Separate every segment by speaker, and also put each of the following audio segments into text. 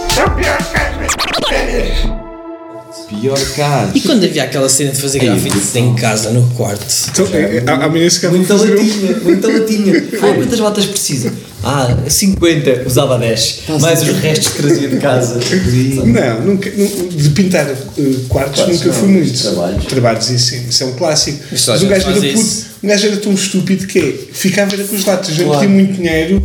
Speaker 1: Tá, Tá,
Speaker 2: Yorkás.
Speaker 3: E quando havia aquela cena de fazer
Speaker 2: Ai,
Speaker 3: grafites
Speaker 2: isso.
Speaker 4: então.
Speaker 3: em casa, no quarto?
Speaker 5: Então, é, é, amanhã se calhar
Speaker 4: Muita
Speaker 5: fazer um.
Speaker 4: latinha, muita latinha. Ah, quantas latas precisa? Ah, 50, usava 10. Mais os restos que trazia de casa.
Speaker 5: um- Não, nunca, nu- de pintar eh, quartos
Speaker 4: Quartos
Speaker 5: nunca
Speaker 4: não,
Speaker 5: fui muito.
Speaker 4: trabalhos.
Speaker 5: Trabalhos, isso, sim, isso é um clássico.
Speaker 3: Isso,
Speaker 5: Mas
Speaker 3: olha,
Speaker 5: um gajo, era
Speaker 3: faz
Speaker 5: puto,
Speaker 3: isso.
Speaker 5: um gajo era tão estúpido que é, ficava era com os latas, já
Speaker 4: Claro.
Speaker 5: tinha muito dinheiro.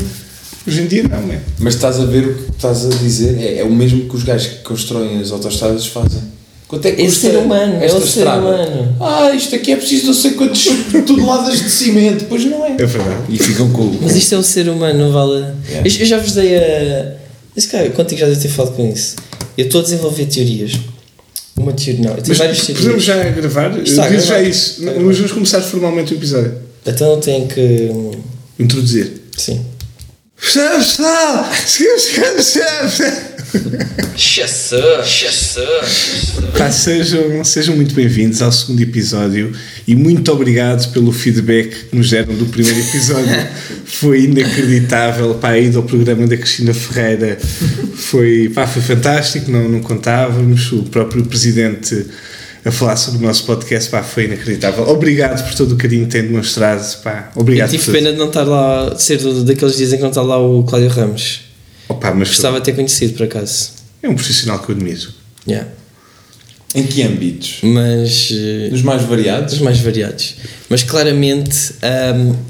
Speaker 5: Hoje em dia não, é?
Speaker 2: Mas estás a ver o que estás a dizer? É, é o mesmo que os gajos que constroem as autostradas fazem. Quanto é que
Speaker 3: É
Speaker 2: custa
Speaker 3: ser humano, é
Speaker 2: esta
Speaker 3: o ser
Speaker 2: estrada?
Speaker 3: humano.
Speaker 2: Ah, isto aqui é preciso não sei quantas toneladas de cimento. Pois não é.
Speaker 5: É verdade.
Speaker 2: E ficam com o.
Speaker 3: Mas isto é o ser humano, não vale.
Speaker 2: Yeah.
Speaker 3: Eu, eu já vos dei a. Esse cara, contigo já devo ter falado com isso. Eu estou a desenvolver teorias. Uma teoria, não. Eu tenho
Speaker 5: Mas
Speaker 3: várias
Speaker 5: podemos
Speaker 3: teorias.
Speaker 5: já gravar? Diz
Speaker 3: Está a
Speaker 5: já
Speaker 3: gravar.
Speaker 5: isso. Mas vamos começar formalmente o episódio.
Speaker 3: Então eu tenho que. hum,
Speaker 5: Introduzir.
Speaker 3: Sim.
Speaker 5: Pessoal, pessoal! pessoal, pessoal, pessoal.
Speaker 3: Chassã, chassã.
Speaker 5: Pá, sejam, sejam muito bem-vindos ao segundo episódio e muito obrigado pelo feedback que nos deram do primeiro episódio. foi inacreditável, pá, a ida ao programa da Cristina Ferreira foi, pá, foi fantástico, não, não contávamos, o próprio presidente a falar sobre o nosso podcast, pá, foi inacreditável. Obrigado por todo o carinho que têm demonstrado, pá,
Speaker 3: Eu
Speaker 5: obrigado por
Speaker 3: tive
Speaker 5: tudo.
Speaker 3: pena de não estar lá, de ser do- daqueles dias em que não está lá o Cláudio Ramos.
Speaker 5: Opa, mas
Speaker 3: Gostava de ter conhecido, por acaso.
Speaker 5: é um profissional que eu admiro.
Speaker 3: Yeah.
Speaker 2: Em que âmbitos?
Speaker 3: Mas. eh,
Speaker 2: Nos mais variados?
Speaker 3: Os mais variados. Mas claramente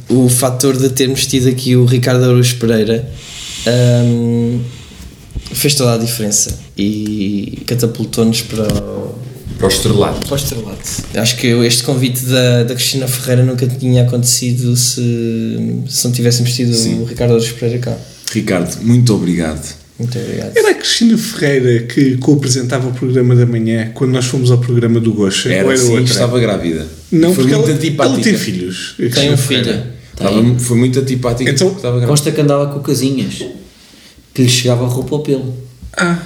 Speaker 3: um, o fator de termos tido aqui o Ricardo Araújo Pereira um, fez toda a diferença e catapultou-nos para o,
Speaker 2: Para o estrelato.
Speaker 3: para o estrelato. Acho que eu- este convite da, da Cristina Ferreira nunca tinha acontecido se, se não tivéssemos tido o Ricardo Araújo Pereira cá.
Speaker 2: Ricardo, muito obrigado.
Speaker 3: Muito obrigado.
Speaker 5: Era a Cristina Ferreira que co-apresentava o programa da manhã quando nós fomos ao programa do Gocha?
Speaker 2: Era,
Speaker 5: ou era
Speaker 2: sim,
Speaker 5: outra?
Speaker 2: estava grávida.
Speaker 5: Não,
Speaker 2: foi
Speaker 5: porque
Speaker 2: muito
Speaker 5: ela,
Speaker 2: antipática.
Speaker 5: ela tem filhos. a
Speaker 3: Tem
Speaker 5: Cristina
Speaker 3: um
Speaker 5: Ferreira.
Speaker 3: filho.
Speaker 2: Estava- foi muito antipática.
Speaker 5: Então-
Speaker 2: porque estava grávida.
Speaker 4: Consta que andava com casinhas. Que lhe chegava roupa ao pelo. Ah.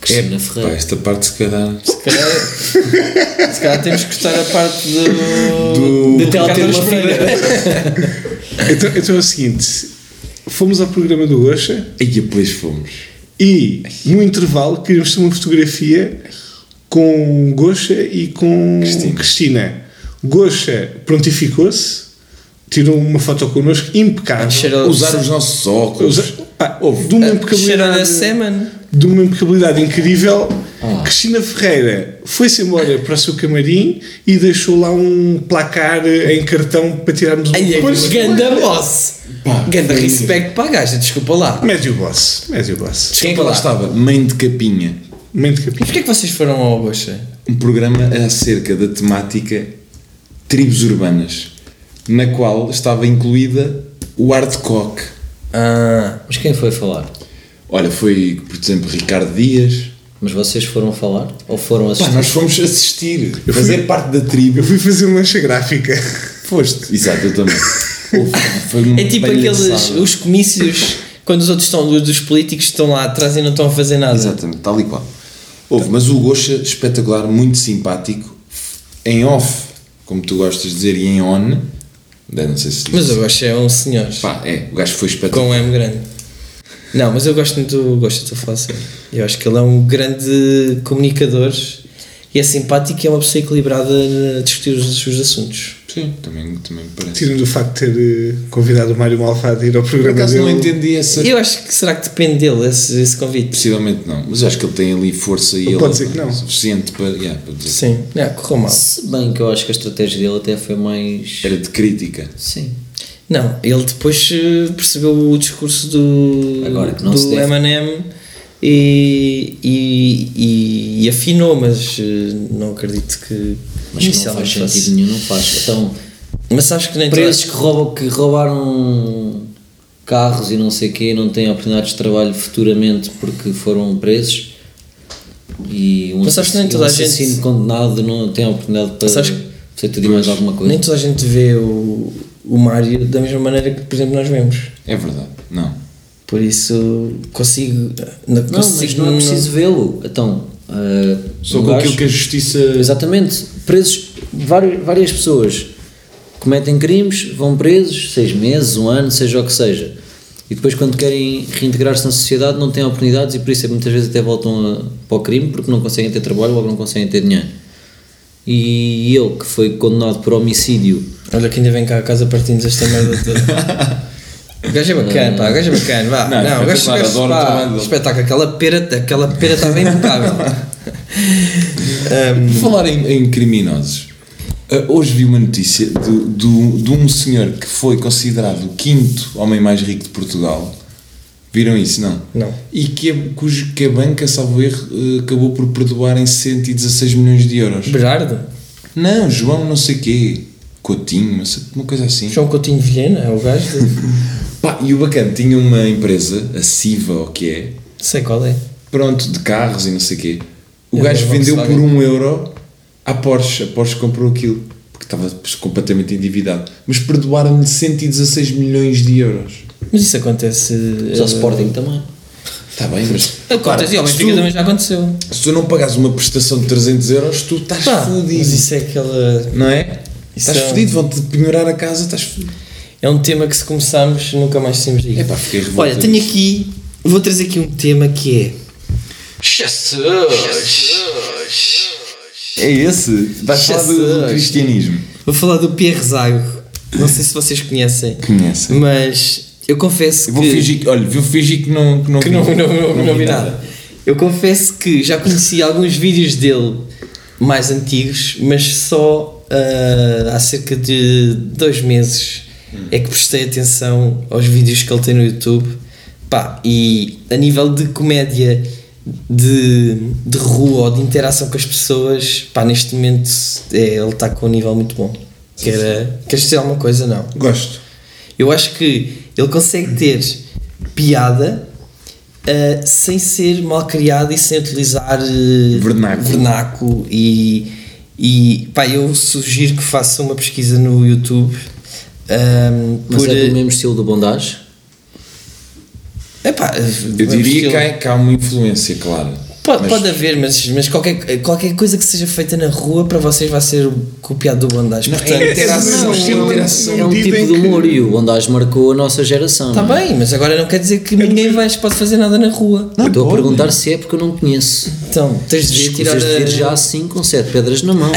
Speaker 4: Cristina
Speaker 2: É, Pá,
Speaker 4: Ferreira.
Speaker 2: esta parte se calhar.
Speaker 3: Se calhar, se calhar temos que cortar a parte do.
Speaker 2: Do-
Speaker 4: De ela ter
Speaker 3: Ricardo
Speaker 4: uma
Speaker 3: Araújo Pereira.
Speaker 4: filha.
Speaker 5: Então, então é o seguinte: fomos ao programa do Gocha
Speaker 2: E depois fomos.
Speaker 5: e no intervalo queríamos ter uma fotografia com Gocha e com Cristina. Gocha prontificou-se, tirou uma foto connosco impecável.
Speaker 3: Cheira-
Speaker 2: Usar os nossos óculos.
Speaker 5: Usa- pá, Ah, de uma
Speaker 3: Cheira
Speaker 5: impecabilidade.
Speaker 3: Ah, a semen.
Speaker 5: de uma impecabilidade incrível.
Speaker 2: Ah.
Speaker 5: Cristina Ferreira foi-se embora para o seu camarim e deixou lá um placar em cartão para tirarmos um
Speaker 3: Ai, é
Speaker 5: Pois,
Speaker 3: ganda boss. Ganda respect para a gaja, desculpa lá.
Speaker 5: Médio Ah, boss, médio boss.
Speaker 3: Quem é
Speaker 2: Quem
Speaker 3: que
Speaker 2: que lá
Speaker 3: lá?
Speaker 2: estava? Mãe de Capinha.
Speaker 5: Mente capim.
Speaker 3: Porquê é que vocês foram ao Gocha?
Speaker 2: Um programa acerca da temática tribos urbanas, na qual estava incluída o hardcock.
Speaker 3: Ah,
Speaker 4: Mas quem foi falar?
Speaker 2: Olha, foi, por exemplo, Ricardo Dias.
Speaker 4: Mas vocês foram falar? Ou foram
Speaker 2: Pá,
Speaker 4: assistir?
Speaker 2: nós fomos assistir, fazer parte da tribo.
Speaker 5: Eu fui fazer uma lancha gráfica. Foste.
Speaker 2: Exato, eu também. Houve- foi um uma
Speaker 3: é tipo
Speaker 2: palhaçada.
Speaker 3: aqueles os comícios quando os outros estão, os dos políticos estão lá atrás e não estão a fazer nada.
Speaker 2: Exatamente, tal e qual. Houve, mas o Gocha, espetacular, muito simpático, em off, como tu gostas de dizer, e em on. Ainda Não sei se.
Speaker 3: Mas o Gocha é um senhor
Speaker 2: Pá, é, o gajo foi espetacular.
Speaker 3: com um M grande. Não, mas eu gosto muito do Gocha, estou a falar sério. Eu acho que ele é um grande comunicador e é simpático e é uma pessoa equilibrada a discutir os, os assuntos.
Speaker 2: Sim, também, também me parece.
Speaker 5: Tirando o facto de ter eh, convidado o Mário Malvado a ir ao
Speaker 2: Por
Speaker 5: programa
Speaker 2: acaso
Speaker 5: dele.
Speaker 2: não entendi essa.
Speaker 3: Eu acho que será que depende dele esse, esse convite?
Speaker 2: Possivelmente não, mas acho que ele tem ali força e
Speaker 5: Pode
Speaker 2: ele
Speaker 5: ser que não.
Speaker 2: suficiente para, yeah, para dizer.
Speaker 3: Sim, não, correu mal.
Speaker 4: Se bem que eu acho que a estratégia dele até foi mais.
Speaker 2: Era de crítica.
Speaker 4: Sim.
Speaker 3: Não, ele depois eh, percebeu o discurso do,
Speaker 4: Agora que não se
Speaker 3: do
Speaker 4: deve.
Speaker 3: Eminem e, e, e, e afinou, mas eh, não acredito que
Speaker 4: Mas
Speaker 3: isso
Speaker 4: não
Speaker 3: ela
Speaker 4: faz
Speaker 3: fosse.
Speaker 4: sentido nenhum, não faz. Então,
Speaker 3: Mas sabes que nem toda-
Speaker 4: presos que, roubam, que roubaram carros e não sei o quê não têm oportunidades de trabalho futuramente porque foram presos e um
Speaker 3: Mas sabes que nem
Speaker 4: assassino,
Speaker 3: toda a
Speaker 4: um assassino
Speaker 3: gente-
Speaker 4: condenado não tem oportunidade para
Speaker 3: Sabes que-
Speaker 4: fazer tudo e mais alguma coisa
Speaker 3: nem toda a gente vê o, o Mário da mesma maneira que, por exemplo, nós vemos.
Speaker 2: É verdade, não.
Speaker 3: Por isso consigo. Não,
Speaker 4: não, mas
Speaker 3: consigo
Speaker 4: não é preciso vê-lo então ah,
Speaker 2: Só
Speaker 4: um
Speaker 2: com
Speaker 4: gajo-
Speaker 2: aquilo que a justiça.
Speaker 4: Exatamente. Presos, várias, várias pessoas cometem crimes, vão presos, seis meses, um ano, seja o que seja. E depois, quando querem reintegrar-se na sociedade, não têm oportunidades e por isso é que muitas vezes até voltam a- para o crime porque não conseguem ter trabalho ou não conseguem ter dinheiro. E eu, que foi condenado por homicídio,
Speaker 3: Olha que ainda vem cá a casa partindo esta merda toda. O gajo é bacana, pá, o gajo é bacana, vá.
Speaker 2: Não,
Speaker 3: Não, o gajo, o
Speaker 2: espetacular,
Speaker 3: gajo
Speaker 2: adoro o
Speaker 3: pá,
Speaker 2: trabalho dele.
Speaker 3: espetáculo, aquela pera, aquela pera estava impecável.
Speaker 2: Por falar em, em criminosos, eh, hoje vi uma notícia de, de- de um senhor que foi considerado o quinto homem mais rico de Portugal. Viram isso, não?
Speaker 3: Não.
Speaker 2: E que, a- cujo, que a banca, salvo erro, eh, acabou por perdoar em 116 milhões de euros.
Speaker 3: Berardo?
Speaker 2: Não, João não sei quê. Coutinho, mas uma coisa assim.
Speaker 3: João Coutinho Vilhena é o gajo? de-
Speaker 2: Pá, e o bacana, tinha uma empresa, a Siva, o que é,
Speaker 3: Sei qual é.
Speaker 2: pronto, de carros e não sei o quê. O
Speaker 3: É,
Speaker 2: gajo
Speaker 3: da
Speaker 2: vendeu por
Speaker 3: Volkswagen.
Speaker 2: um euro à Porsche. A Porsche comprou aquilo, porque estava completamente endividado. Mas perdoaram-lhe 116 milhões de euros.
Speaker 3: Mas isso acontece.
Speaker 4: mas ao
Speaker 3: eh,
Speaker 4: Sporting também.
Speaker 2: Está Tá bem, mas
Speaker 3: Acontece, e ao
Speaker 2: se
Speaker 3: Benfica
Speaker 2: tu-
Speaker 3: também já aconteceu.
Speaker 2: se tu não pagares uma prestação de 300 euros, tu estás
Speaker 3: Pá,
Speaker 2: fudido.
Speaker 3: mas isso é aquela.
Speaker 2: Não é?
Speaker 3: Isso
Speaker 2: estás
Speaker 3: é-
Speaker 2: fudido, vão-te penhorar a casa, estás fudido.
Speaker 3: É um tema que se começarmos nunca mais temos de ir.
Speaker 2: Epá, fiquei revoltado.
Speaker 3: Olha, tenho aqui. Vou trazer aqui um tema que é.
Speaker 2: É esse? Vais falar do, do cristianismo.
Speaker 3: Vou falar do Pierre Zago. Não sei se vocês conhecem.
Speaker 2: Conhecem.
Speaker 3: Mas eu confesso
Speaker 2: Eu vou
Speaker 3: que.
Speaker 2: fingir que, olha, vou fingir que não, que não,
Speaker 3: que
Speaker 2: vi.
Speaker 3: não, não, não, não vi nada. Eu confesso que já conheci alguns vídeos dele mais antigos, mas só ah, há cerca de dois meses é que prestei atenção aos vídeos que ele tem no YouTube. Pá, e a nível de comédia de, de rua ou de interação com as pessoas, pá, neste momento é, ele está com um nível muito bom. Quer, queres dizer alguma coisa? Não.
Speaker 5: Gosto.
Speaker 3: Eu acho que ele consegue ter piada ah, sem ser mal criado e sem utilizar eh,
Speaker 2: Vernáculo.
Speaker 3: vernáculo e, e pá, eu sugiro que façam uma pesquisa no YouTube ahm,
Speaker 4: Mas
Speaker 3: por.
Speaker 4: é do mesmo estilo do Bondage.
Speaker 3: eh, epá,
Speaker 2: Eu diria
Speaker 3: estilo-
Speaker 2: que há, que há uma influência, claro.
Speaker 3: Pode,
Speaker 2: Mas-
Speaker 3: pode haver, mas, mas qualquer, qualquer coisa que seja feita na rua para vocês vai ser copiado do bandagem.
Speaker 2: Não,
Speaker 3: Portanto,
Speaker 2: é interação,
Speaker 3: não,
Speaker 2: é interação.
Speaker 4: É um tipo de humor e o Bondage marcou a nossa geração.
Speaker 3: Está
Speaker 4: não é?
Speaker 3: Tá bem, mas agora não quer dizer
Speaker 2: É
Speaker 3: que ninguém vai, pode fazer nada na rua.
Speaker 4: Eu Estou a perguntar se é porque eu não conheço.
Speaker 3: Então, tens de
Speaker 4: Desculpa,
Speaker 3: tirar
Speaker 4: tens de
Speaker 3: a-
Speaker 4: vir já assim com sete pedras na mão.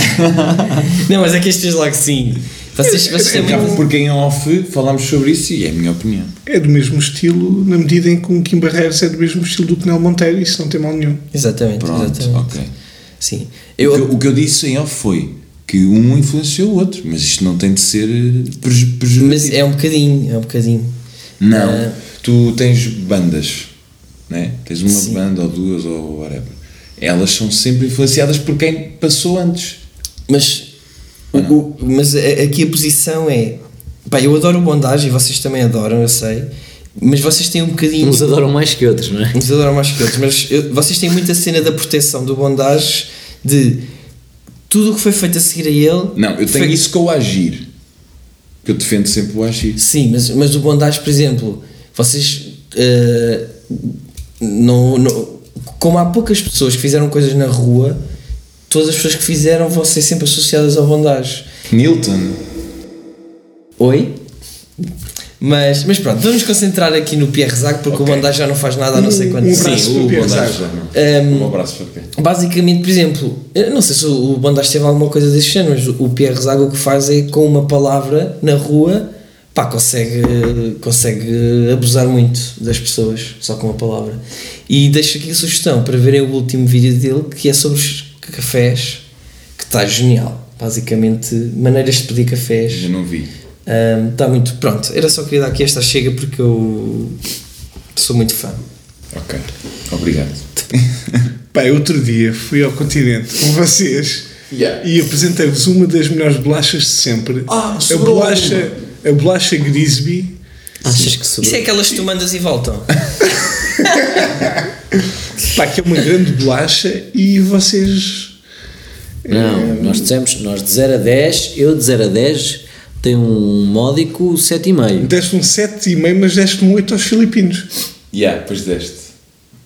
Speaker 3: Não, mas é que estes lá que sim. Vocês, vocês têm muito.
Speaker 2: Porque em off falámos sobre isso e é a minha opinião.
Speaker 5: É do mesmo estilo, na medida em que o Kim Barreiros é do mesmo estilo do que Nel Monteiro, isso não tem mal nenhum.
Speaker 3: Exatamente,
Speaker 2: Pronto,
Speaker 3: exatamente.
Speaker 2: ok.
Speaker 3: Sim.
Speaker 2: O que
Speaker 3: Eu,
Speaker 2: eu- O que eu disse em off foi que um influenciou o outro, mas isto não tem de ser eh, preju-
Speaker 3: mas
Speaker 2: prejudicativo.
Speaker 3: é um bocadinho, é um bocadinho.
Speaker 2: Não,
Speaker 3: Ah.
Speaker 2: tu tens bandas, né? tens uma
Speaker 3: Sim.
Speaker 2: banda ou duas ou whatever. Elas são sempre influenciadas por quem passou antes.
Speaker 3: Mas, o, o- mas a- aqui a posição é. Pá, eu adoro o bondage e vocês também adoram, eu sei. Mas vocês têm um bocadinho.
Speaker 4: Uns adoram mais que outros, não é?
Speaker 3: Uns adoram mais que outros, mas eu- vocês têm muita cena da proteção do bondage de tudo o que foi feito a seguir a ele.
Speaker 2: Não, eu tenho
Speaker 3: foi-
Speaker 2: isso com o agir. Que eu defendo sempre o agir.
Speaker 3: Sim, mas, mas o bondage, por exemplo, vocês eh, não, não- como há poucas pessoas que fizeram coisas na rua, todas as pessoas que fizeram vão ser sempre associadas ao bondage.
Speaker 2: Newton.
Speaker 3: Oi? Mas, mas pronto, vamos nos concentrar aqui no Pierre Zac porque o bondage já não faz nada há não sei
Speaker 5: Um-
Speaker 3: quanto
Speaker 5: um
Speaker 3: tempo.
Speaker 5: braço
Speaker 2: Sim, o
Speaker 5: Pierre
Speaker 2: Bondage.
Speaker 5: Zago.
Speaker 2: já não. Um abraço para quem?
Speaker 3: Basicamente, por exemplo, eu não sei se o o Bondage teve alguma coisa desse género, mas o Pierre Zago o que faz é com uma palavra na rua, pá, consegue, consegue abusar muito das pessoas, só com uma palavra. E deixo aqui a sugestão para verem o último vídeo dele, que é sobre os cafés, que está genial. Basicamente, maneiras de pedir cafés.
Speaker 2: Já não vi.
Speaker 3: Ahm, Está muito. Pronto, era só querer dar aqui esta chega porque eu sou muito fã.
Speaker 2: Ok. Obrigado.
Speaker 5: Pai, outro dia fui ao continente com vocês
Speaker 2: Yeah.
Speaker 5: e apresentei-vos uma das melhores bolachas de sempre.
Speaker 2: Ah,
Speaker 5: a
Speaker 2: sobrou
Speaker 5: bolacha, a bolacha Grisby.
Speaker 4: Achas que sobrou?
Speaker 3: Isso é aquelas que tu mandas e voltam.
Speaker 5: Pá, que é uma grande bolacha e vocês.
Speaker 4: Não, nós dissemos, nós de 0 a 10, eu de 0 a 10 tenho um módico 7,5.
Speaker 5: Deste um 7,5, mas deste um 8 aos filipinos.
Speaker 2: Yeah, depois deste.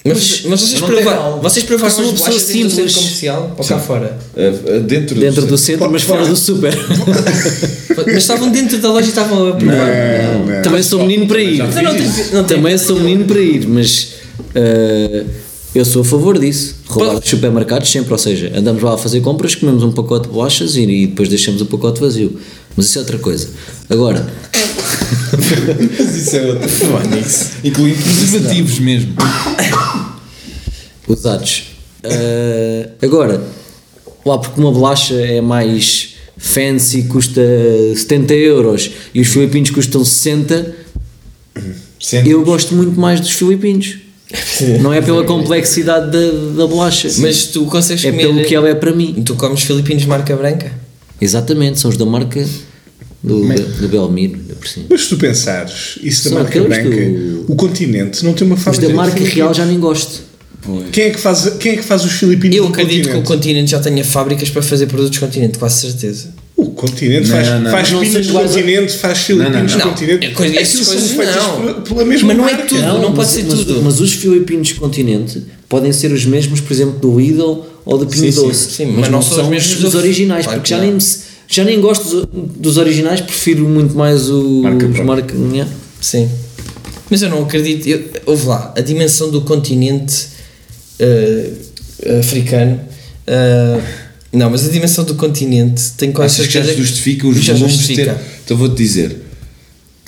Speaker 3: Mas, mas vocês,
Speaker 4: não tem
Speaker 3: provar,
Speaker 4: mal.
Speaker 3: vocês provaram
Speaker 4: São
Speaker 3: uma pessoa
Speaker 4: bolachas dentro do
Speaker 3: simples.
Speaker 4: centro
Speaker 3: comercial ou cá fora?
Speaker 2: Uh, uh, dentro,
Speaker 4: Dentro do
Speaker 2: do
Speaker 4: centro, mas fora do super.
Speaker 3: Mas estavam dentro da loja e estavam a provar.
Speaker 5: Não, não.
Speaker 4: Também sou menino para ir.
Speaker 3: Mas eu não tenho- não tenho-
Speaker 4: Também sou menino para ir, mas eh, eu sou a favor disso. Roubar dos supermercados sempre, ou seja, andamos lá a fazer compras, comemos um pacote de bolachas e, e depois deixamos o pacote vazio. Mas isso é outra coisa. Agora,
Speaker 2: Mas isso é outro. Incluindo preservativos mesmo.
Speaker 4: usados. Eh, agora, lá porque uma bolacha é mais fancy, custa 70 euros e os filipinos custam 60,
Speaker 2: Sendo-
Speaker 4: eu gosto muito mais dos filipinos. Não é pela complexidade da, da bolacha.
Speaker 3: Mas tu consegues
Speaker 4: é
Speaker 3: comer.
Speaker 4: pelo que ela é para mim.
Speaker 3: Tu comes filipinos marca branca?
Speaker 4: Exatamente, são os da marca do, do, do Belmiro, ainda por cima.
Speaker 5: Mas se tu pensares, isso da
Speaker 4: São
Speaker 5: marca
Speaker 4: aqueles
Speaker 5: branca,
Speaker 4: do-
Speaker 5: o continente não tem uma
Speaker 4: Mas
Speaker 5: fábrica.
Speaker 4: da marca
Speaker 5: de
Speaker 4: real já nem gosto.
Speaker 5: Filipinos. Quem é que faz, quem é que faz os filipinos
Speaker 3: Eu
Speaker 5: do
Speaker 3: acredito que o
Speaker 5: continente?
Speaker 3: continente já tenha fábricas para fazer produtos continente, quase certeza.
Speaker 5: O continente
Speaker 2: Não,
Speaker 5: faz,
Speaker 2: não, não.
Speaker 5: faz
Speaker 2: Não
Speaker 5: pinos do
Speaker 2: sejam-
Speaker 5: continente, faz filipinos
Speaker 2: Não,
Speaker 5: do
Speaker 2: não,
Speaker 3: não.
Speaker 5: continente.
Speaker 3: É coisa-
Speaker 5: Aquilo
Speaker 3: essas
Speaker 5: são
Speaker 3: coisas
Speaker 5: feitas
Speaker 3: não.
Speaker 5: pela- pela mesma
Speaker 3: Mas não é
Speaker 5: marca.
Speaker 3: tudo. Não, pode ser
Speaker 4: mas,
Speaker 3: tudo.
Speaker 4: Mas os filipinos de continente podem ser os mesmos, por exemplo, do Lidl ou do Pingo
Speaker 3: Sim, sim,
Speaker 4: Doce.
Speaker 3: sim, mas não são os mesmos
Speaker 4: os
Speaker 3: do-
Speaker 4: originais,
Speaker 3: Claro
Speaker 4: porque
Speaker 3: que
Speaker 4: já
Speaker 3: não.
Speaker 4: nem, me- já nem gosto dos, dos originais, prefiro muito mais o,
Speaker 5: Marca
Speaker 4: os
Speaker 5: própria.
Speaker 4: marca. né?
Speaker 3: Sim. Mas eu não acredito. Eu, houve lá, a dimensão do continente eh, africano. eh, não, mas a dimensão do continente tem quase
Speaker 2: Achas que já
Speaker 3: certeza.
Speaker 2: justifica os
Speaker 3: é- já
Speaker 2: volumes de ter.
Speaker 3: justifica.
Speaker 2: Então vou-te dizer,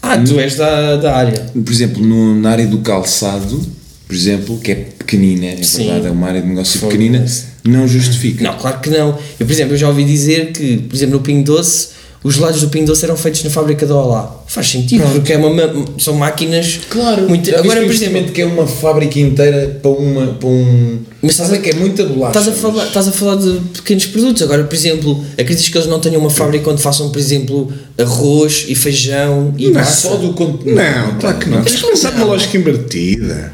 Speaker 3: Ah, tu és da, da área.
Speaker 2: por exemplo, no- na área do calçado, por exemplo, que é pequenina, é
Speaker 3: Sim.
Speaker 2: verdade, é uma área de negócio
Speaker 3: Fogo.
Speaker 2: pequenina, não justifica.
Speaker 3: Não, claro que não. Eu, por exemplo, eu já ouvi dizer que, por exemplo, no Pingo Doce, os lados do Pingo Doce eram feitos na fábrica da Olá. Faz sentido, porque é uma ma- são máquinas. muito- agora, por exemplo,
Speaker 2: que é uma fábrica inteira para uma. Para um,
Speaker 3: Mas estás a-
Speaker 2: que é muita bolacha.
Speaker 3: Estás a, falar, estás a falar de pequenos produtos. Agora, por exemplo, acreditas que eles não tenham uma fábrica onde façam, por exemplo, arroz e feijão e é
Speaker 2: Não,
Speaker 3: massa?
Speaker 2: só do continente.
Speaker 5: Não, claro que não. Tens que pensar numa lógica invertida.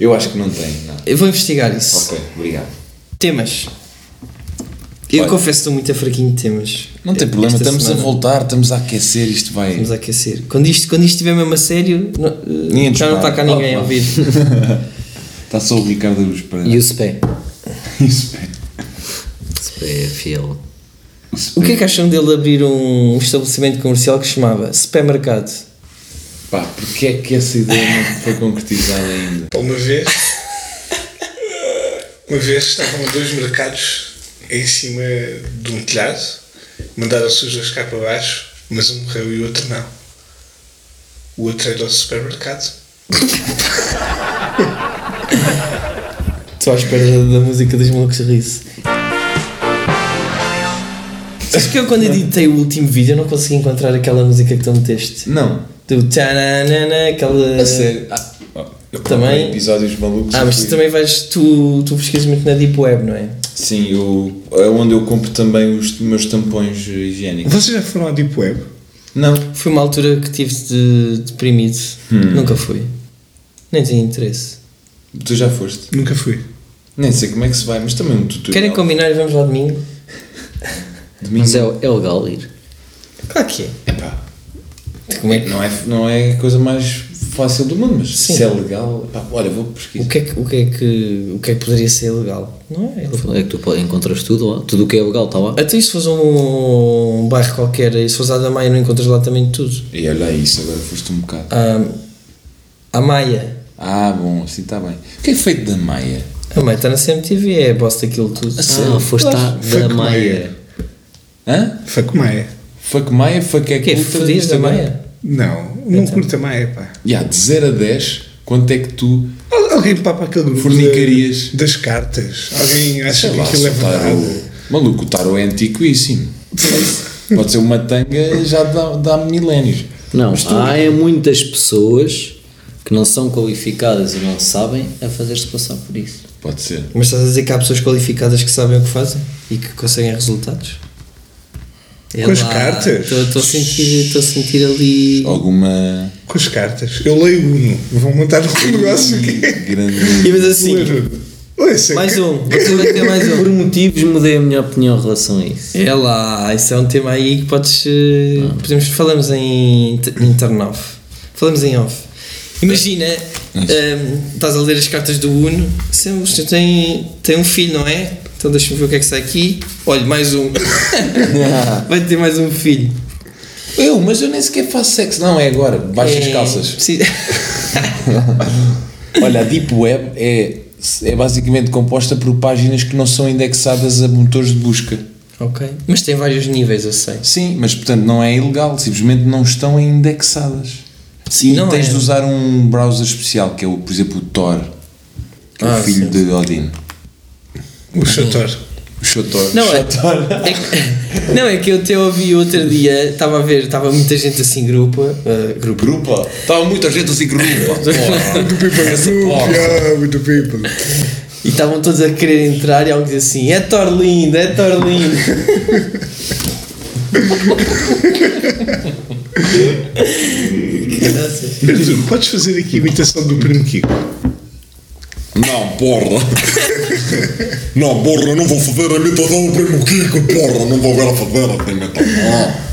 Speaker 2: Eu acho que não tem. Não.
Speaker 3: Eu vou investigar isso.
Speaker 2: Ok, obrigado.
Speaker 3: Temas. Eu
Speaker 2: Olha.
Speaker 3: confesso que estou muito afraquinho de temas. Eh,
Speaker 2: Não tem
Speaker 3: Esta
Speaker 2: problema, estamos
Speaker 3: semana.
Speaker 2: a voltar, estamos a aquecer, isto vai.
Speaker 3: Vamos aquecer. Quando isto, quando isto estiver mesmo a sério, não- eh,
Speaker 2: Ninguém Oh, nos
Speaker 3: já não está
Speaker 2: para.
Speaker 3: cá ninguém a
Speaker 2: Opa.
Speaker 3: ouvir.
Speaker 2: Está só o Ricardo Aruz para.
Speaker 4: E o SPE.
Speaker 2: Isso, bem.
Speaker 4: SPE é fiel.
Speaker 3: O que é que acham dele abrir um estabelecimento comercial que se chamava Supermercado?
Speaker 2: Pá, porque é que essa ideia não foi concretizada ainda?
Speaker 5: Uma vez, uma vez estavam dois mercados em cima de um telhado, mandaram-se os dois cá para baixo, mas um morreu e o outro não. O outro era o supermercado.
Speaker 3: Estou à espera da, da música dos malucos riso. Sabes que eu quando editei o último vídeo não consegui encontrar aquela música que tu meteste?
Speaker 2: Não.
Speaker 3: Do tchananana, aquela...
Speaker 2: A sério. Ah, ó, eu
Speaker 3: Também-
Speaker 2: procurei episódios malucos.
Speaker 3: Ah, mas tu
Speaker 2: fui-
Speaker 3: também vais... Tu, tu pesquisas muito na Deep Web, não é?
Speaker 2: Sim, eu, é onde eu compro também os meus tampões eh, higiênicos.
Speaker 5: Vocês já foram à Deep Web?
Speaker 2: Não.
Speaker 3: Foi uma altura que tive de, deprimido.
Speaker 2: Hum.
Speaker 3: Nunca fui. Nem tinha interesse.
Speaker 2: Tu já foste.
Speaker 5: Nunca fui.
Speaker 2: Nem sei como é que se vai, mas também um tutorial.
Speaker 3: Querem combinar e vamos lá domingo?
Speaker 2: de mim?
Speaker 4: Mas é, é legal ir.
Speaker 3: Claro que é.
Speaker 2: Epá,
Speaker 3: Como é que-
Speaker 2: não é, não é a coisa mais fácil do mundo, mas
Speaker 3: Sim.
Speaker 2: se é legal, epá, olha, vou
Speaker 3: O
Speaker 2: pesquisar.
Speaker 3: que, é que, o, que é que, o que é que poderia ser legal? Não é ilegal.
Speaker 4: É que tu po- encontras tudo lá. Tudo o que é legal está lá.
Speaker 3: Até e se fosse um, bairro qualquer e se fosse a da Maia não encontras lá também tudo. Ah,
Speaker 2: E olha isso, agora foste um bocado.
Speaker 3: A Maia.
Speaker 2: Ah, bom, assim está bem. O que é feito da Maia?
Speaker 3: A Maia está na CMTV, é a boss daquilo tudo.
Speaker 4: Ah, foste à da
Speaker 5: Fuck
Speaker 4: Maia.
Speaker 2: Hã?
Speaker 5: Facumaia.
Speaker 2: Fuck Maia, fuck é
Speaker 3: O que é?
Speaker 2: puta
Speaker 3: Fodias da
Speaker 2: Instagram?
Speaker 3: Maia?
Speaker 5: Não, não curta Maia, pá.
Speaker 2: Ya, de 0 a 10, quanto é que tu.
Speaker 5: Al- Alguém pá para aquele grupo
Speaker 2: Fornicarias.
Speaker 5: da- das cartas. Alguém acha
Speaker 2: Sei
Speaker 5: que
Speaker 2: lá,
Speaker 5: aquilo
Speaker 2: se
Speaker 5: é
Speaker 2: o tarô.
Speaker 5: verdade.
Speaker 2: Maluco, o tarô é antiquíssimo. Pode ser uma tanga já dá, dá milénios.
Speaker 4: Não, há é muitas pessoas que não são qualificadas e não sabem a fazer-se passar por isso.
Speaker 2: Pode ser.
Speaker 3: Mas estás a dizer que há pessoas qualificadas que sabem o que fazem e que conseguem resultados? É
Speaker 5: Com as cartas?
Speaker 3: Estou estou a, sentir- estou a sentir ali.
Speaker 2: Alguma
Speaker 5: Com as cartas. Eu leio Uno. Vou montar um negócio aqui.
Speaker 2: grande.
Speaker 3: E mas assim,
Speaker 5: Oi, sei
Speaker 3: mais
Speaker 5: que- é
Speaker 3: um, vou ter mais um.
Speaker 4: Por motivos mudei a minha opinião em relação a isso.
Speaker 3: É lá, isso é um tema aí que podes. eh, Podemos, falamos em inter- em turn off. Falamos em off. Imagina Um, estás a ler as cartas do Uno. Sim, o senhor tem, tem um filho, não é? Então deixa-me ver o que é que sai aqui. Olha, mais um. Vai ter mais um filho.
Speaker 2: Eu, mas eu nem sequer faço sexo. Não, é agora. Baixa as
Speaker 3: É,
Speaker 2: calças.
Speaker 3: Sim.
Speaker 2: Olha, a Deep Web é, é basicamente composta por páginas que não são indexadas a motores de busca.
Speaker 3: ok. Mas tem vários níveis, eu sei.
Speaker 2: Sim, mas portanto não é ilegal, simplesmente não estão indexadas.
Speaker 3: Sim,
Speaker 2: e
Speaker 3: não
Speaker 2: tens
Speaker 3: é.
Speaker 2: de usar um browser especial, que é, o, por exemplo, o Tor, que é
Speaker 3: Ah,
Speaker 2: o filho
Speaker 3: sim.
Speaker 2: de Odin. um.
Speaker 5: O Chator.
Speaker 2: O Shotor.
Speaker 3: Não é, é que, não, é que eu até ouvi outro dia, estava a ver, estava muita gente assim, grupo. ah, grupo.
Speaker 2: Grupa. Estava muita gente assim, grupa. Muito
Speaker 5: muito people.
Speaker 3: E estavam todos a querer entrar e alguém dizia assim: é Torlindo, é Torlindo. Que graça.
Speaker 5: Pedro, podes fazer aqui a imitação do primo Kiko?
Speaker 6: Não, porra! Não, porra, não vou fazer a imitação do primo Kiko, porra! Não vou agora fazer a imitação!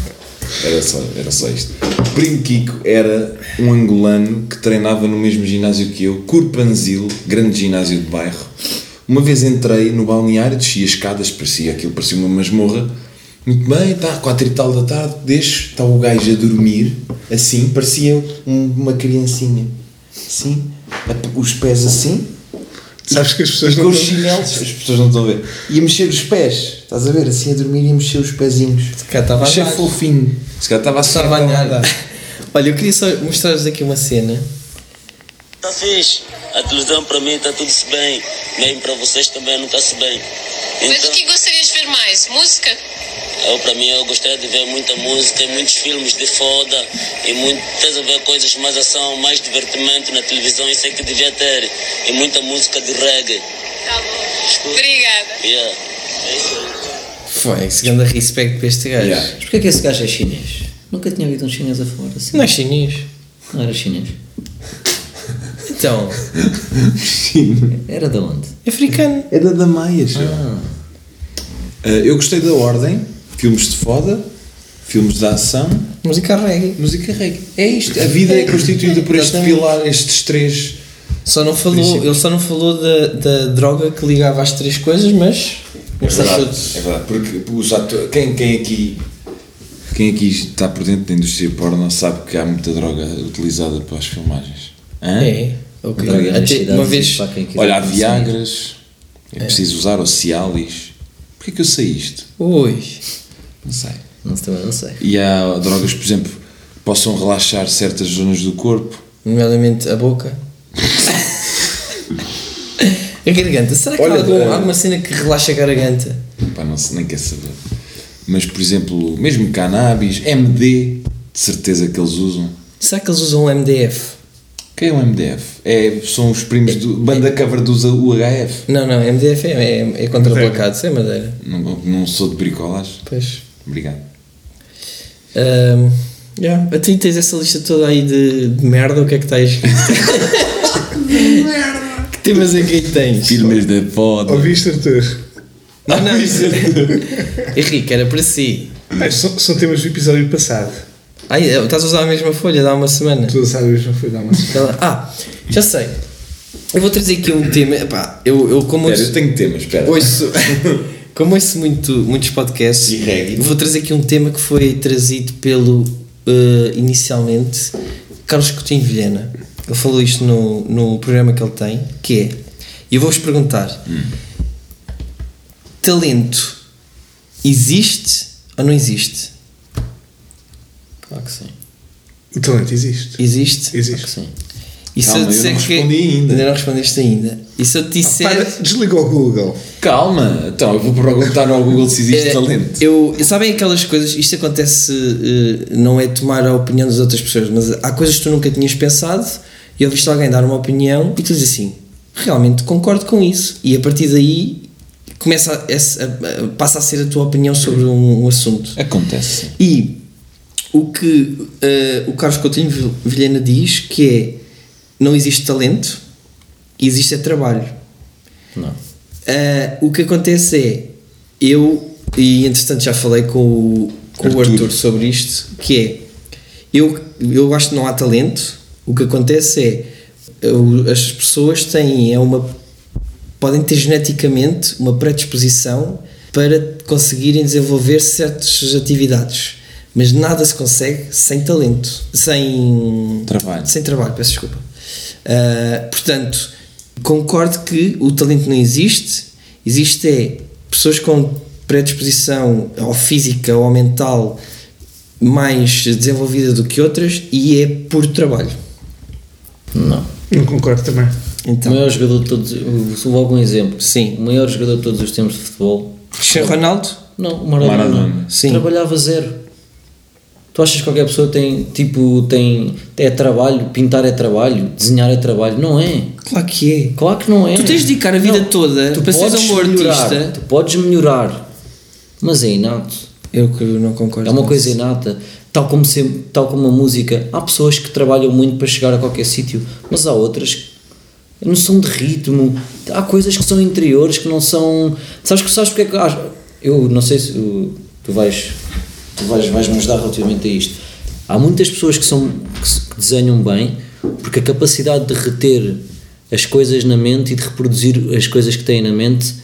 Speaker 2: Era só, era só isto. O primo Kiko era um angolano que treinava no mesmo ginásio que eu, Curpanzil, grande ginásio de bairro. Uma vez entrei no balneário, desci as escadas, parecia aquilo, parecia uma masmorra. Muito bem, está, quatro e tal da tarde, deixo, está o gajo a dormir, assim, parecia um- uma criancinha. Assim, a- os pés assim,
Speaker 5: Sabes que as pessoas
Speaker 2: e com
Speaker 5: não
Speaker 2: os
Speaker 5: estão...
Speaker 2: chinelos, as pessoas não estão a ver, e a mexer os pés, estás a ver, assim a dormir e a mexer os pezinhos.
Speaker 3: calhar estava a
Speaker 2: Achei
Speaker 3: dar.
Speaker 2: fofinho. Se calhar estava a
Speaker 3: Está banhada. Olha, eu queria só mostrar-vos aqui uma cena.
Speaker 7: Tá fixe. A televisão pra mim tá tudo se bem. Mesmo pra vocês também não tá se bem.
Speaker 8: Mas o
Speaker 7: Então,
Speaker 8: que gostarias de ver mais? Música?
Speaker 7: eu, pra mim, eu gostaria de ver muita música e muitos filmes de foda. E muitas a ver coisas mais ação, mais divertimento na televisão. Isso é que devia ter. E muita música de reggae.
Speaker 8: Tá bom. Obrigada.
Speaker 7: Yeah. É isso aí.
Speaker 3: Foi, esse grande respeito para este gajo.
Speaker 2: Yeah.
Speaker 4: Mas porquê é que esse gajo é chinês? Nunca tinha ouvido um chinês a falar assim.
Speaker 3: Não é chinês.
Speaker 4: Não era chinês.
Speaker 3: Então,
Speaker 4: Era de onde?
Speaker 3: africano.
Speaker 2: É da Damaias. Ah, eu gostei da ordem, filmes de foda, filmes de ação,
Speaker 3: Música reggae.
Speaker 2: música reggae. É isto. A vida é constituída por este
Speaker 3: Exatamente.
Speaker 2: pilar, estes três.
Speaker 3: Só não falou, ele só não falou da, da droga que ligava às três coisas, mas. mas achou-
Speaker 2: É verdade. Porque os ato- quem, quem aqui. Quem aqui está por dentro da indústria porno sabe que há muita droga utilizada para as filmagens. Hã?
Speaker 3: É, ok.
Speaker 4: Droga
Speaker 3: Até,
Speaker 4: nas
Speaker 3: uma
Speaker 4: cidades
Speaker 3: vez.
Speaker 4: e para quem quiser
Speaker 2: Olha, há
Speaker 4: consumir.
Speaker 2: Viagras, é preciso usar, ou Cialis. Porquê que eu sei isto?
Speaker 3: Ui.
Speaker 2: Não sei.
Speaker 4: Não sei, também não sei.
Speaker 2: E há drogas, por exemplo, que possam relaxar certas zonas do corpo.
Speaker 3: Nomeadamente a boca. a garganta. Será que
Speaker 2: Olha,
Speaker 3: há algum-
Speaker 2: eh,
Speaker 3: alguma cena que relaxa a garganta?
Speaker 2: Pá, não se nem quer saber. Mas, por exemplo, mesmo cannabis, MD, de certeza que eles usam.
Speaker 3: Será que eles usam um MDF?
Speaker 2: O que é o MDF? É, são os primos do. Banda cover dos UHF.
Speaker 3: Não, não, MDF é, é, é contraplacado, isso é madeira.
Speaker 2: Não, não sou de bricolas.
Speaker 3: Pois.
Speaker 2: Obrigado.
Speaker 3: Ahm, yeah. A ti tens essa lista toda aí de, de merda, o que é que tens? merda! que temas é que aí tens?
Speaker 2: Filmes de foda.
Speaker 5: Ouviste, Arthur?
Speaker 3: Não, não, isso... Henrique, era para si.
Speaker 5: Ah, são, são temas do episódio passado.
Speaker 3: Ai, eh, estás a usar a mesma folha de há uma semana.
Speaker 5: Tu sabes, não foi dar uma...
Speaker 3: Ela- Ah, já sei. Eu vou trazer aqui um tema. Epá, eu, eu como
Speaker 2: Espera, eu
Speaker 3: ouço,
Speaker 2: tenho temas, espera.
Speaker 3: ouço- como ouço muito, muitos podcasts,
Speaker 2: E reggae.
Speaker 3: vou trazer aqui um tema que foi trazido pelo eh, inicialmente Carlos Coutinho Vilhena. Ele falou isto no, no programa que ele tem, que é. E eu vou-vos perguntar:
Speaker 2: Hum.
Speaker 3: talento existe ou não existe?
Speaker 4: Claro que sim.
Speaker 5: O talento existe.
Speaker 3: Existe?
Speaker 4: Claro que
Speaker 5: Existe.
Speaker 4: sim.
Speaker 3: E se
Speaker 2: Calma,
Speaker 3: eu
Speaker 2: eu
Speaker 3: disser
Speaker 2: não
Speaker 3: que.
Speaker 2: respondi ainda.
Speaker 3: não respondeste ainda. E se eu te disser.
Speaker 5: Para, desliga o Google.
Speaker 2: Calma, então eu vou perguntar ao Google se existe
Speaker 3: Eh,
Speaker 2: talento.
Speaker 3: Eu, sabem aquelas coisas, isto acontece, eh, não é tomar a opinião das outras pessoas, mas há coisas que tu nunca tinhas pensado e ouviste alguém dar uma opinião e tu dizes assim, realmente concordo com isso. E a partir daí começa a- essa- a- a- passa a ser a tua opinião sobre um, um assunto.
Speaker 2: Acontece.
Speaker 3: E o que eh, o Carlos Coutinho Vil- Vilhena diz que é não existe talento, existe é trabalho.
Speaker 4: Não.
Speaker 3: Ah, o que acontece é, eu, e entretanto já falei com o, com o
Speaker 2: Arthur.
Speaker 3: Arthur sobre isto, que é, eu, eu acho que não há talento, o que acontece é, o- as pessoas têm é uma podem ter geneticamente uma predisposição para conseguirem desenvolver certas atividades, mas nada se consegue sem talento, sem
Speaker 2: Trabalho.
Speaker 3: sem trabalho, peço desculpa. Ah, portanto, concordo que o talento não existe, existe é pessoas com predisposição ou física ou mental mais desenvolvida do que outras e é por trabalho.
Speaker 4: Não.
Speaker 5: Não concordo também.
Speaker 4: O
Speaker 3: Então,
Speaker 4: maior jogador de todos. eu- Logo um exemplo.
Speaker 3: Sim.
Speaker 4: O maior jogador de todos os tempos de futebol.
Speaker 3: Cristiano Ronaldo,
Speaker 4: Não, o Maradona.
Speaker 2: Maradona.
Speaker 3: Sim.
Speaker 4: Trabalhava zero. Tu achas que qualquer pessoa tem. Tipo, tem. É trabalho, pintar é trabalho, desenhar é trabalho. Não é.
Speaker 3: claro que é.
Speaker 4: Claro que não é.
Speaker 3: Tu tens de dedicar a vida toda para seres um bom
Speaker 4: melhorar,
Speaker 3: artista.
Speaker 4: Tu podes melhorar. Mas é inato.
Speaker 3: Eu que não concordo.
Speaker 4: É uma
Speaker 3: com
Speaker 4: coisa
Speaker 3: isso.
Speaker 4: inata, tal como, sempre, tal como a música. Há pessoas que trabalham muito para chegar a qualquer sítio, mas há outras que. A noção de ritmo, há coisas que são interiores, que não são. Sabes, que- sabes porque é que. há- Eu não sei se. o- Tu vais. Tu vais, vais me ajudar relativamente a isto. Há muitas pessoas que, são, que, se- que desenham bem porque a capacidade de reter as coisas na mente e de reproduzir as coisas que têm na mente.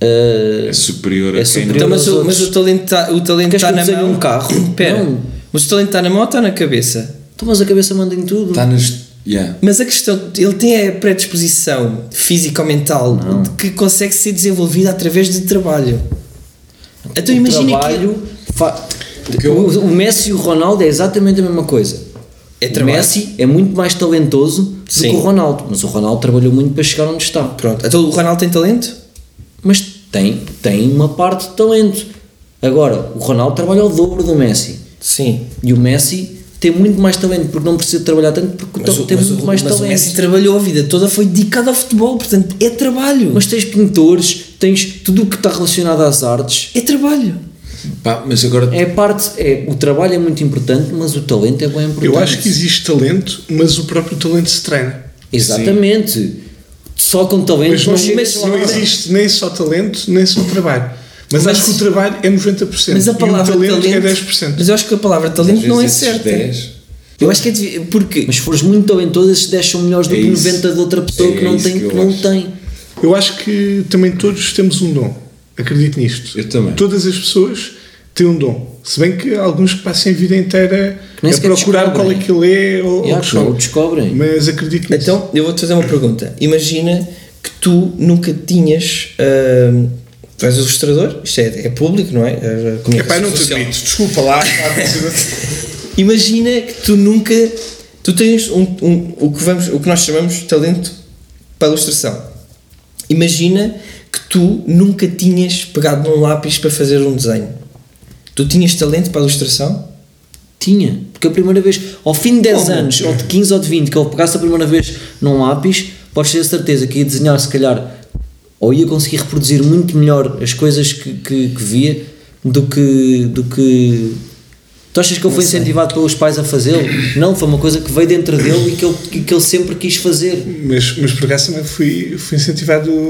Speaker 4: ah,
Speaker 2: É superior a
Speaker 4: É
Speaker 2: quem
Speaker 4: superior.
Speaker 3: Então, mas,
Speaker 4: aos
Speaker 3: o,
Speaker 4: outros.
Speaker 3: mas o talento está
Speaker 4: Queres que eu
Speaker 3: na
Speaker 4: desenhe
Speaker 3: mão.
Speaker 4: um carro?
Speaker 3: Pera.
Speaker 4: Não.
Speaker 3: Mas o talento está na mão ou está na cabeça?
Speaker 4: então, mas a cabeça manda em tudo.
Speaker 2: Está nas. Yeah.
Speaker 3: Mas a questão, ele tem a predisposição física ou mental de que consegue ser desenvolvida através de trabalho. Então
Speaker 4: o
Speaker 3: imagina
Speaker 4: trabalho
Speaker 3: que.
Speaker 4: fa- o, o Messi e o Ronaldo é exatamente a mesma coisa.
Speaker 3: É
Speaker 4: o
Speaker 3: trabalho.
Speaker 4: Messi é muito mais talentoso
Speaker 3: Sim.
Speaker 4: do que o Ronaldo, mas o Ronaldo trabalhou muito para chegar onde está.
Speaker 3: Pronto, então o Ronaldo tem talento?
Speaker 4: Mas tem, tem uma parte de talento. Agora, o Ronaldo trabalha o dobro do Messi.
Speaker 3: Sim.
Speaker 4: E o Messi tem muito mais talento porque não precisa de trabalhar tanto porque
Speaker 3: Mas,
Speaker 4: to-
Speaker 3: o,
Speaker 4: tem
Speaker 3: mas,
Speaker 4: muito
Speaker 3: o,
Speaker 4: mais
Speaker 3: mas o
Speaker 4: talento.
Speaker 3: Messi trabalhou a vida toda, foi dedicado ao futebol, portanto é trabalho.
Speaker 4: Mas tens pintores, tens tudo o que está relacionado às artes.
Speaker 3: é trabalho.
Speaker 2: Pá, mas agora.
Speaker 4: É parte, é, o trabalho é muito importante, mas o talento é bem importante.
Speaker 5: Eu acho que existe talento, mas o próprio talento se treina.
Speaker 4: Exatamente. Só com
Speaker 5: Mas
Speaker 4: talento
Speaker 5: não,
Speaker 4: não chegas
Speaker 5: não
Speaker 4: lá.
Speaker 5: existe nem só talento, nem só trabalho. Mas,
Speaker 3: Mas-
Speaker 5: acho que o trabalho é 90%
Speaker 3: Mas a
Speaker 5: e o
Speaker 3: palavra
Speaker 5: talento,
Speaker 3: talento,
Speaker 5: é 10%.
Speaker 3: Mas eu acho que a palavra
Speaker 2: às
Speaker 3: talento
Speaker 2: vezes
Speaker 3: não é
Speaker 2: esses
Speaker 3: certa.
Speaker 2: 10,
Speaker 3: Eu acho que é devi- porque
Speaker 4: Mas se fores muito talentoso, esses 10 são melhores do
Speaker 2: É
Speaker 4: que
Speaker 2: isso.
Speaker 4: 90 de outra pessoa
Speaker 2: É
Speaker 4: que não
Speaker 2: isso
Speaker 4: tem.
Speaker 2: que eu
Speaker 4: que não
Speaker 2: acho.
Speaker 4: tem.
Speaker 5: Eu acho que também todos temos um dom. Acredito nisto.
Speaker 2: Eu também.
Speaker 5: Todas as pessoas têm um dom. Se bem que alguns que passem a vida inteira
Speaker 4: Que nem
Speaker 5: a
Speaker 4: sequer
Speaker 5: procurar qual é
Speaker 4: descobrem.
Speaker 5: que ele é ou,
Speaker 4: Yeah,
Speaker 5: ou
Speaker 4: que não o descobrem.
Speaker 5: Mas acredito nisso.
Speaker 3: Então, eu vou-te fazer uma pergunta. Imagina que tu nunca tinhas. ah, ahm, tu és ilustrador? Isto é, é público, não é? É, é
Speaker 5: Epá, não te
Speaker 3: social.
Speaker 5: admito. Desculpa lá.
Speaker 3: Imagina que tu nunca. Tu tens um, um- o, que vamos, o que nós chamamos de talento para a ilustração. Imagina que tu nunca tinhas pegado num lápis para fazer um desenho. Tu tinhas talento para a ilustração?
Speaker 4: Tinha. Porque a primeira vez, ao fim de 10 anos, ou de 15 ou de 20, que eu pegasse a primeira vez num lápis, podes ter a certeza que ia desenhar, se calhar, ou ia conseguir reproduzir muito melhor as coisas que, que, que via do que, do que. Tu achas que ele foi incentivado pelos pais a fazê-lo? Não, foi uma coisa que veio dentro dele e que ele, e que ele sempre quis fazer.
Speaker 5: mas, mas por acaso também fui, fui incentivado.
Speaker 4: Está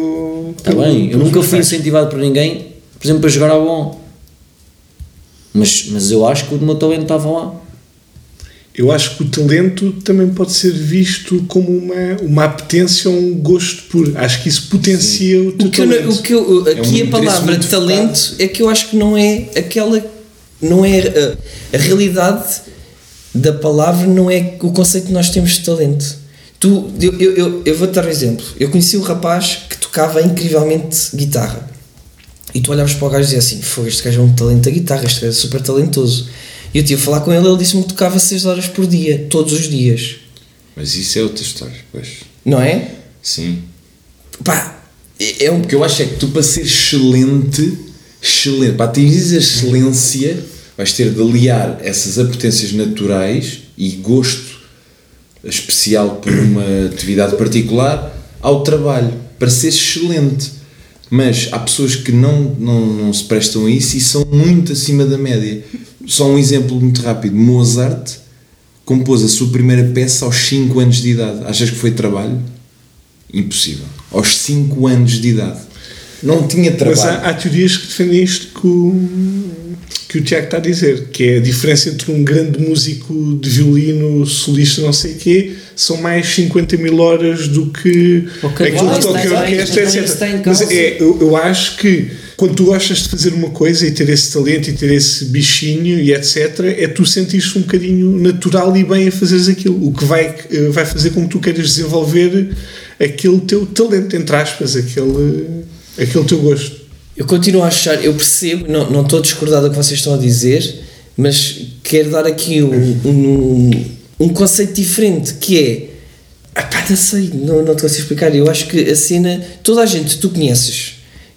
Speaker 5: pelo-
Speaker 4: Tá bem, eu
Speaker 5: pelos
Speaker 4: nunca
Speaker 5: meus
Speaker 4: fui
Speaker 5: pais.
Speaker 4: incentivado por ninguém, por exemplo, para jogar ao bom. Mas, mas eu acho que o meu talento estava lá.
Speaker 5: Eu acho que o talento também pode ser visto como uma, uma apetência ou um gosto puro. Acho que isso potencia o teu
Speaker 3: O que eu,
Speaker 5: talento.
Speaker 3: não- o que eu- aqui
Speaker 2: É um interesse
Speaker 3: a palavra
Speaker 2: muito
Speaker 3: talento é que eu acho que não é aquela não é a, a realidade da palavra não é o conceito que nós temos de talento tu, eu, eu, eu, eu vou dar um exemplo eu conheci um rapaz que tocava incrivelmente guitarra e tu olhavas para o gajo e dizias assim foi este gajo é um talento da guitarra este gajo é super talentoso e eu tive a falar com ele ele disse-me que tocava 6 horas por dia todos os dias
Speaker 2: Mas isso é outra história, pois.
Speaker 3: não é?
Speaker 2: Sim.
Speaker 3: pá é é um
Speaker 2: O que eu acho é que tu, para ser excelente, excelente, para atingir a excelência, vais ter de aliar essas apetências naturais e gosto especial por uma atividade particular ao trabalho, para ser excelente. Mas há pessoas que não, não, não se prestam a isso e são muito acima da média. Só um exemplo muito rápido: Mozart compôs a sua primeira peça aos 5 anos de idade. Achas que foi trabalho? Impossível. Aos 5 anos de idade. Não tinha
Speaker 5: Mas
Speaker 2: trabalho.
Speaker 5: há, há teorias que defendem isto que o, que o Tiago está a dizer, que é a diferença entre um grande músico de violino, solista, não sei o quê, são mais 50 mil horas do que
Speaker 4: Ok,
Speaker 5: aquilo
Speaker 4: claro,
Speaker 5: que é toca
Speaker 4: isso
Speaker 5: em
Speaker 4: tem-
Speaker 5: orquestra,
Speaker 4: isso tem- isso
Speaker 5: etc.
Speaker 4: tem
Speaker 5: Mas
Speaker 4: causa.
Speaker 5: é, eu, eu acho que quando tu gostas de fazer uma coisa e ter esse talento e ter esse bichinho e etc, é tu sentires-te um bocadinho natural e bem a fazeres aquilo, o que vai, eh, vai fazer com que tu queiras desenvolver aquele teu talento, entre aspas, aquele, aquele teu gosto.
Speaker 3: Eu continuo a achar, eu percebo, não, não estou a discordar do que vocês estão a dizer, mas quero dar aqui um, um, um conceito diferente que é. Ah, pá, não sei, não, não te consigo explicar. Eu acho que a cena. Toda a gente que tu conheces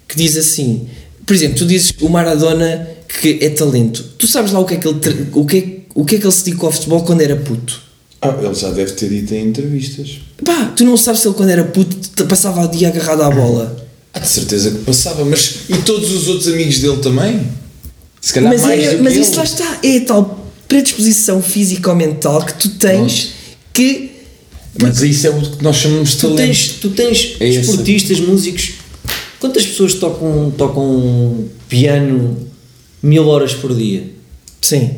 Speaker 3: que diz assim. Por exemplo, tu dizes o Maradona que é talento. Tu sabes lá o que é que ele, tre- o que é, o que é que ele se dedicou ao futebol quando era puto?
Speaker 2: Ah, ele já deve ter dito em entrevistas.
Speaker 3: Pá, tu não sabes se ele quando era puto t- passava o dia agarrado à bola.
Speaker 2: Há Ah, de certeza que passava, mas. E todos os outros amigos dele também? Se calhar
Speaker 3: mas
Speaker 2: mais
Speaker 3: é-
Speaker 2: do que
Speaker 3: mas
Speaker 2: ele.
Speaker 3: isso lá está, é a tal predisposição física ou mental que tu tens que
Speaker 2: Mas isso é o que nós chamamos de
Speaker 4: Tu
Speaker 2: talento.
Speaker 4: tens, tu tens
Speaker 2: É esse.
Speaker 4: esportistas, músicos. Quantas pessoas tocam, tocam piano mil horas por dia?
Speaker 3: sim,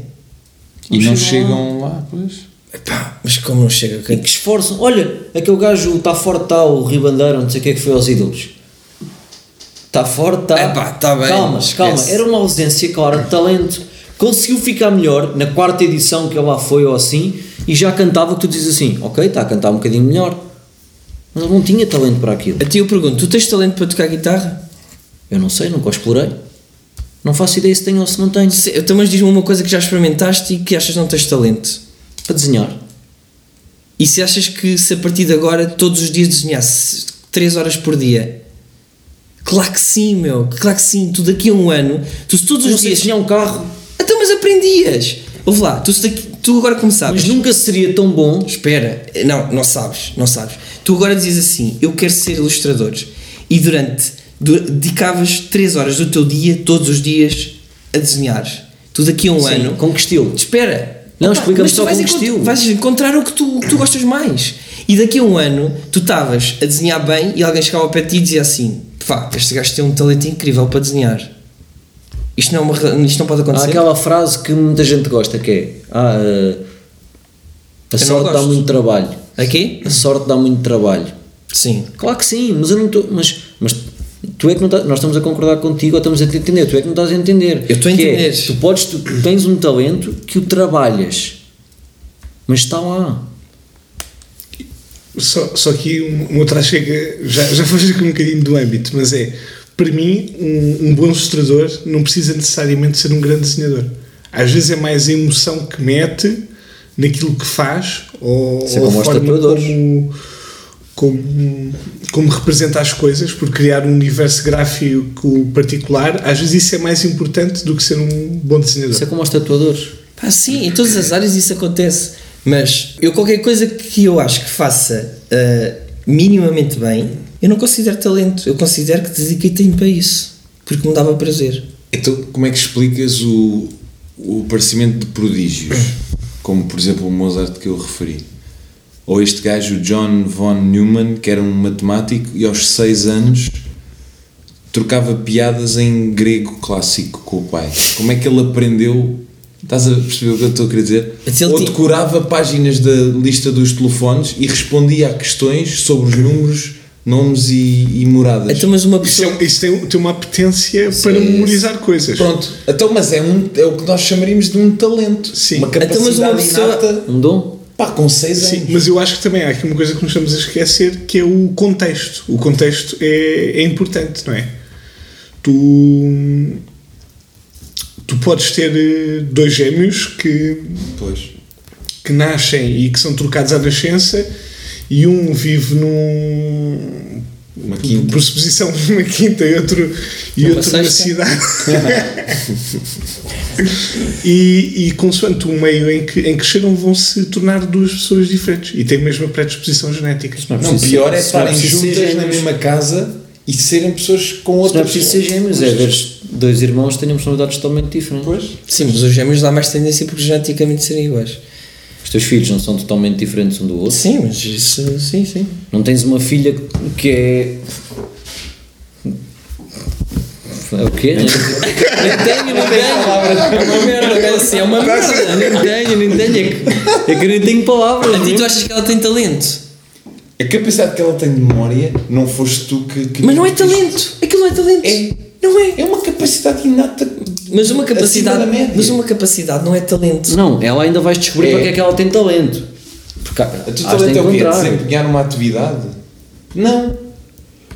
Speaker 2: E
Speaker 4: Não
Speaker 2: não
Speaker 4: chegam
Speaker 2: chegam lá, pois.
Speaker 3: mas como não chega
Speaker 4: E que esforçam. Olha, aquele gajo está forte, está o Ribandeiro, não sei o que é que foi aos ídolos. Está forte, está.
Speaker 3: Epá, tá bem,
Speaker 4: Calma,
Speaker 3: esquece.
Speaker 4: calma. Era uma ausência, claro, de talento. Conseguiu ficar melhor na quarta edição que ele lá foi ou assim e já cantava que tu dizes assim: ok, está a cantar um bocadinho melhor. Mas ele não tinha talento para aquilo.
Speaker 3: a ti eu pergunto, tu tens talento para tocar guitarra?
Speaker 4: Eu não sei, nunca o explorei. Não faço ideia se tenho ou se não tenho.
Speaker 3: Se- Então mas diz-me uma coisa que já experimentaste e que achas que não tens talento
Speaker 4: Para desenhar.
Speaker 3: e se achas que se a partir de agora todos os dias desenhasse 3 horas por dia claro que sim meu, claro que sim tu daqui a um ano, tu se todos
Speaker 4: Não
Speaker 3: os
Speaker 4: sei
Speaker 3: dias
Speaker 4: desenhar um carro,
Speaker 3: então mas aprendias ouve lá, tu, se daqui- tu agora começavas
Speaker 4: mas nunca seria tão bom.
Speaker 3: Espera, não, não sabes, não sabes. Tu agora dizes assim, eu quero ser ilustrador e durante du- dedicavas 3 horas do teu dia, todos os dias, a desenhar. Tu daqui a um
Speaker 4: Sim,
Speaker 3: ano.
Speaker 4: com que estilo?
Speaker 3: Espera!
Speaker 4: Não, explica-me
Speaker 3: mas tu
Speaker 4: só
Speaker 3: vais
Speaker 4: com que
Speaker 3: encont-
Speaker 4: estilo.
Speaker 3: Vais encontrar o que tu, que tu gostas mais. E daqui a um ano tu estavas a desenhar bem e alguém chegava ao pé de ti e dizia assim: pá, este gajo tem um talento incrível para desenhar. Isto não, é uma ra- isto não pode
Speaker 4: Há
Speaker 3: acontecer.
Speaker 4: aquela frase que muita gente gosta que é ah, eh, a
Speaker 3: não
Speaker 4: sorte dá
Speaker 3: gosto.
Speaker 4: muito trabalho.
Speaker 3: Aqui?
Speaker 4: A sorte dá muito trabalho.
Speaker 3: Sim.
Speaker 4: Claro que sim, mas eu não estou. Mas, mas tu é que não tá, nós estamos a concordar contigo ou estamos a te entender, tu é que não estás a entender.
Speaker 3: Eu estou a
Speaker 4: Que é,
Speaker 3: entender.
Speaker 4: tu podes, tu tens um talento que o trabalhas, mas está lá.
Speaker 5: Só, só que um- uma outra chega, já, já foge aqui um bocadinho do âmbito, mas é, para mim, um, um bom ilustrador não precisa necessariamente ser um grande desenhador. Às vezes é mais a emoção que mete naquilo que faz ou,
Speaker 4: Isso é
Speaker 5: ou
Speaker 4: como
Speaker 5: a
Speaker 4: os
Speaker 5: forma
Speaker 4: tatuadores.
Speaker 5: como, como, como representa as coisas, por criar um universo gráfico particular, às vezes isso é mais importante do que ser um bom desenhador.
Speaker 4: Isso é como aos tatuadores.
Speaker 3: Pá, sim, em todas as áreas isso acontece. Mas eu qualquer coisa que eu acho que faça ah, minimamente bem, eu não considero talento. Eu considero que dediquei tempo a isso. Porque me dava prazer.
Speaker 2: Então, como é que explicas o, o aparecimento de prodígios? Como, por exemplo, o Mozart que eu referi. Ou este gajo, o John von Neumann, que era um matemático e aos 6 anos trocava piadas em grego clássico com o pai. Como é que ele aprendeu? Estás a perceber o que eu estou a querer dizer?
Speaker 3: Mas ele
Speaker 2: Ou
Speaker 3: tinha-
Speaker 2: decorava páginas da lista dos telefones e respondia a questões sobre os números, nomes e, e moradas.
Speaker 3: Então, mas uma
Speaker 5: Isso,
Speaker 3: pessoa.
Speaker 5: é, isso tem, tem uma apetência para memorizar coisas.
Speaker 2: Pronto, então, mas é, um, é o que nós chamaríamos de um talento.
Speaker 5: Sim.
Speaker 2: Uma
Speaker 3: Então,
Speaker 2: capacidade
Speaker 3: mas uma pessoa-
Speaker 2: inata.
Speaker 4: Um dom?
Speaker 2: Pá, com 6
Speaker 5: Sim,
Speaker 2: anos.
Speaker 5: mas eu acho que também há aqui uma coisa que nos estamos a esquecer que é o contexto. O contexto é, é importante, não é? Tu, tu podes ter eh, dois gêmeos que,
Speaker 2: Pois.
Speaker 5: que nascem e que são trocados à nascença e um vive num.
Speaker 2: Uma quinta.
Speaker 5: Por suposição, numa quinta e outro, e
Speaker 3: Numa
Speaker 5: outro na
Speaker 3: sexta.
Speaker 5: cidade. e, e consoante o meio em que, em que cresceram, vão se tornar duas pessoas diferentes e têm a mesma predisposição genética.
Speaker 2: Não, pior é
Speaker 4: Se não
Speaker 2: estarem
Speaker 4: preciso ser
Speaker 2: juntas na
Speaker 4: gêmeos.
Speaker 2: mesma casa e serem pessoas com
Speaker 4: Se não é
Speaker 2: outras.
Speaker 4: preciso ser gêmeos, é ver dois irmãos que tenham personalidades totalmente diferentes.
Speaker 2: Pois.
Speaker 3: Sim, mas os gêmeos dá mais tendência porque geneticamente serem iguais.
Speaker 4: Os teus filhos não são totalmente diferentes um do outro.
Speaker 3: Sim, mas isso. Sim, sim.
Speaker 4: Não tens uma filha que é. É o quê? nem tenho, nem tenho.
Speaker 3: É uma merda, agora assim, é uma merda.
Speaker 4: Nem tenho, nem tenho. É que- É que eu nem tenho palavras. é?
Speaker 3: A ti
Speaker 4: meu.
Speaker 3: tu achas que ela tem talento?
Speaker 2: A capacidade que ela tem de memória não foste tu que. que
Speaker 3: Mas não é talento. Aquilo não é talento.
Speaker 2: É. Não é. É uma capacidade inata.
Speaker 3: Mas uma capacidade,
Speaker 2: Acima da média.
Speaker 3: mas uma capacidade não é talento.
Speaker 4: Não, ela ainda vais descobrir
Speaker 2: É.
Speaker 4: porque é que ela tem talento. Porque
Speaker 2: A
Speaker 4: tu
Speaker 2: tua talento é o quê? Desempenhar uma atividade? Não.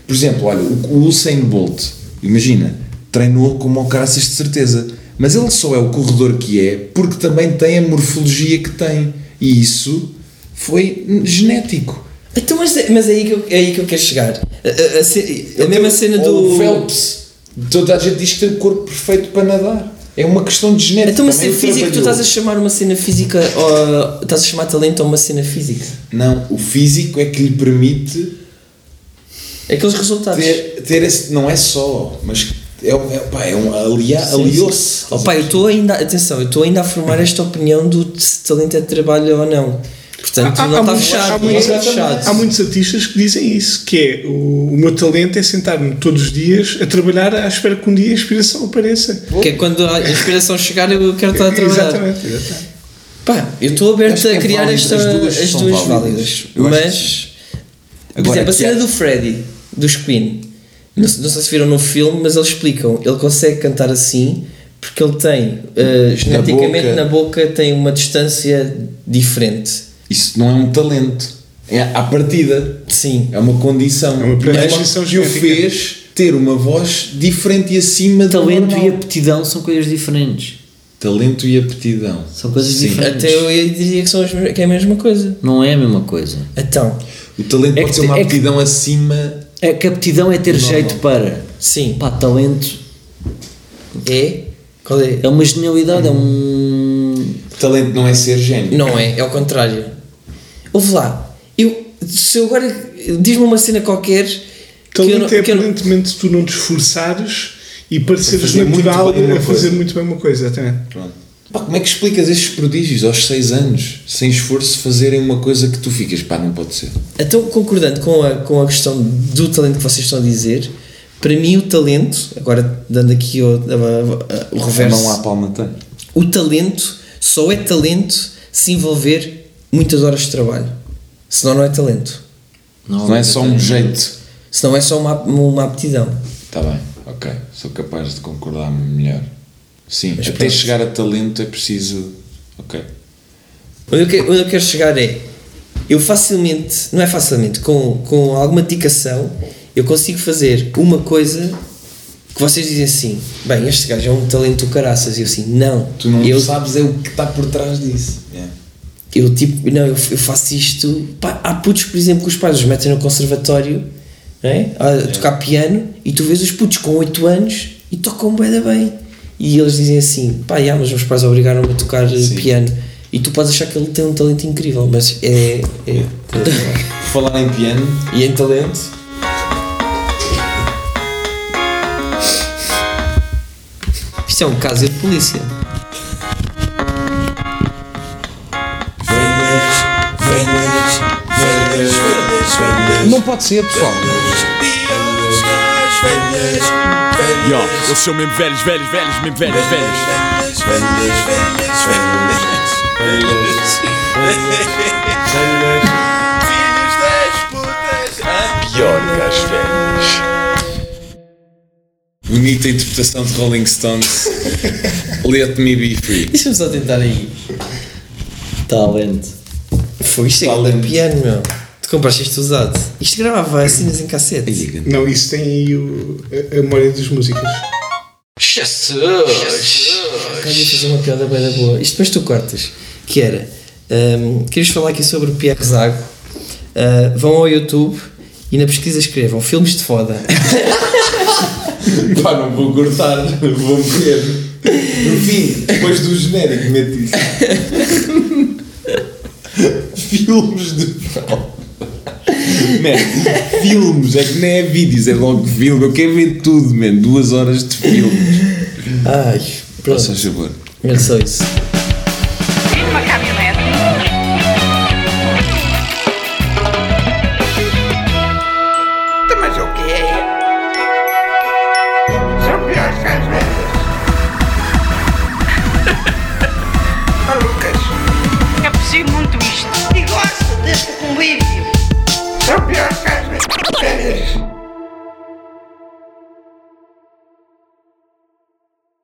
Speaker 2: Por exemplo, olha, o o Usain Bolt, imagina, treinou como ao caraças de certeza. Mas ele só é o corredor que é porque também tem a morfologia que tem. E isso foi hum, genético.
Speaker 3: Então, mas, é- mas é, aí que eu, é aí que eu quero chegar. A, a- a ce- É a mesma cena
Speaker 2: Ou
Speaker 3: do.
Speaker 2: Então, O Phelps. Toda a gente diz que tem o corpo perfeito para nadar. É uma questão de genética.
Speaker 3: Então, uma
Speaker 2: também é
Speaker 3: cena
Speaker 2: o
Speaker 3: física, tu
Speaker 2: trabalhou.
Speaker 3: estás a chamar uma cena física, ou, estás a chamar talento a uma cena física.
Speaker 2: Não, o físico é que lhe permite
Speaker 3: Aqueles resultados.
Speaker 2: ter, ter esse. Não é só, mas é, um- é, pá, é um aliar,
Speaker 3: Sim, sim.
Speaker 2: aliou-se.
Speaker 3: Oh, pá, eu estou ainda. Atenção, eu estou ainda a formar esta opinião do se talento é de trabalho ou não. Portanto, não está
Speaker 5: muito-
Speaker 3: tá fechado. não
Speaker 5: muitos-
Speaker 3: está fechado.
Speaker 5: há muitos artistas que dizem isso, que é o, o meu talento é sentar-me todos os dias a trabalhar à espera que um dia a inspiração apareça.
Speaker 3: Que é quando a inspiração chegar, eu quero estar Tá a trabalhar.
Speaker 5: Exatamente, exatamente.
Speaker 3: Pá, eu estou aberto
Speaker 2: Acho que
Speaker 3: a
Speaker 2: é
Speaker 3: criar
Speaker 2: válido,
Speaker 3: esta,
Speaker 2: as duas
Speaker 3: as
Speaker 2: são
Speaker 3: duas válidas.
Speaker 2: válidas. Eu acho
Speaker 3: Mas, por
Speaker 2: Agora,
Speaker 3: exemplo, a
Speaker 2: que é-
Speaker 3: cena
Speaker 2: há-
Speaker 3: do Freddy, dos Queen, não, se- não sei se viram no filme, mas eles explicam. Ele consegue cantar assim porque ele tem, eh, geneticamente
Speaker 2: boca.
Speaker 3: na boca, tem uma distância diferente.
Speaker 2: Isso não é um talento. É à partida.
Speaker 3: Sim.
Speaker 2: É uma condição.
Speaker 5: É uma predisposição
Speaker 2: Mas que o
Speaker 5: genética.
Speaker 2: fez ter uma voz diferente e acima do
Speaker 4: Talento e
Speaker 2: normal.
Speaker 4: aptidão são coisas diferentes.
Speaker 2: Talento e aptidão.
Speaker 4: São coisas
Speaker 2: Sim.
Speaker 4: diferentes.
Speaker 3: Até eu diria que, são as mes- que é a mesma coisa.
Speaker 4: Não é a mesma coisa.
Speaker 3: Então,
Speaker 2: O talento
Speaker 4: É
Speaker 2: pode
Speaker 4: que-
Speaker 2: ser uma
Speaker 4: é que-
Speaker 2: aptidão acima.
Speaker 4: É que aptidão é ter jeito para.
Speaker 3: sim.
Speaker 4: Pá, talento
Speaker 3: É? Qual é?
Speaker 4: é uma genialidade, é um.
Speaker 2: Talento não é ser gênio.
Speaker 3: Não é, é o contrário. Ouve lá, eu, se eu agora diz-me uma cena qualquer que eu não,
Speaker 5: Talento é
Speaker 3: que eu não,
Speaker 5: aparentemente tu não te esforçares e
Speaker 2: A
Speaker 5: pareceres
Speaker 2: fazer muito
Speaker 5: natural
Speaker 2: bem uma
Speaker 5: a fazer
Speaker 2: coisa.
Speaker 5: muito bem uma coisa. Exatamente.
Speaker 2: Pronto. Pá, como é que explicas estes prodígios aos 6 anos, sem esforço, fazerem uma coisa que tu ficas? Pá, não pode ser.
Speaker 3: então concordando com a, com a questão do talento que vocês estão a dizer, para mim o talento, agora dando aqui o, a- a- o reverso,
Speaker 2: Não há palmateiro.
Speaker 3: o talento só é talento se envolver muitas horas de trabalho, senão não é talento,
Speaker 2: Não é só um jeito.
Speaker 3: senão é só uma, uma aptidão.
Speaker 2: Está Tá bem, ok. Sou capaz de concordar melhor. Sim, até
Speaker 3: pronto.
Speaker 2: chegar a talento é preciso. Ok.
Speaker 3: Onde eu, que- onde eu quero chegar é, eu facilmente, não é facilmente, com, com alguma dedicação, eu consigo fazer uma coisa que vocês dizem assim, bem, este gajo é um talento do caraças, e eu assim, não,
Speaker 2: Tu não
Speaker 3: eu,
Speaker 2: sabes é o que está por trás disso.
Speaker 3: eu tipo, não, eu, eu faço isto, pá, há putos, por exemplo, que os pais os metem no conservatório, não é? a tocar piano, e tu vês os putos com 8 anos e tocam bué da bem, e eles dizem assim, pá, já, mas os meus pais obrigaram-me a tocar eh,
Speaker 2: Sim.
Speaker 3: piano, e tu podes achar que ele tem um talento incrível, mas é- é
Speaker 2: Por falar em piano,
Speaker 3: E em talento? Isto é um caso de polícia.
Speaker 9: Não pode ser, pessoal.
Speaker 10: Yo, eles são mesmo velhos, velhos, velhos, mesmo velhos, velhos.
Speaker 2: bonita interpretação de Rolling Stones. Let me be free.
Speaker 3: Deixa-me só tentar aí.
Speaker 4: Talento.
Speaker 3: Foi isto é grande piano, meu. Tu compraste isto usado. Isto gravava cenas em cassete.
Speaker 5: Não, isso tem aí o- a, a memória das músicas.
Speaker 3: Acabei de fazer uma piada bem da boa. Isto depois tu cortas. Que era. Um, queres falar aqui sobre o Pierre Zago. Ah, vão ao YouTube e na pesquisa escrevam filmes de foda.
Speaker 2: Pá, não vou cortar, vou morrer. No fim, depois do genérico, mete isso. filmes de Man, filmes, é que nem é vídeos, é logo filme. Eu quero ver tudo, man. Duas horas de filmes.
Speaker 3: Ai,
Speaker 2: Faça
Speaker 3: pronto.
Speaker 2: favor.
Speaker 3: Era só isso.
Speaker 1: uma caminhonete. Mas o que é? São pior Campeão!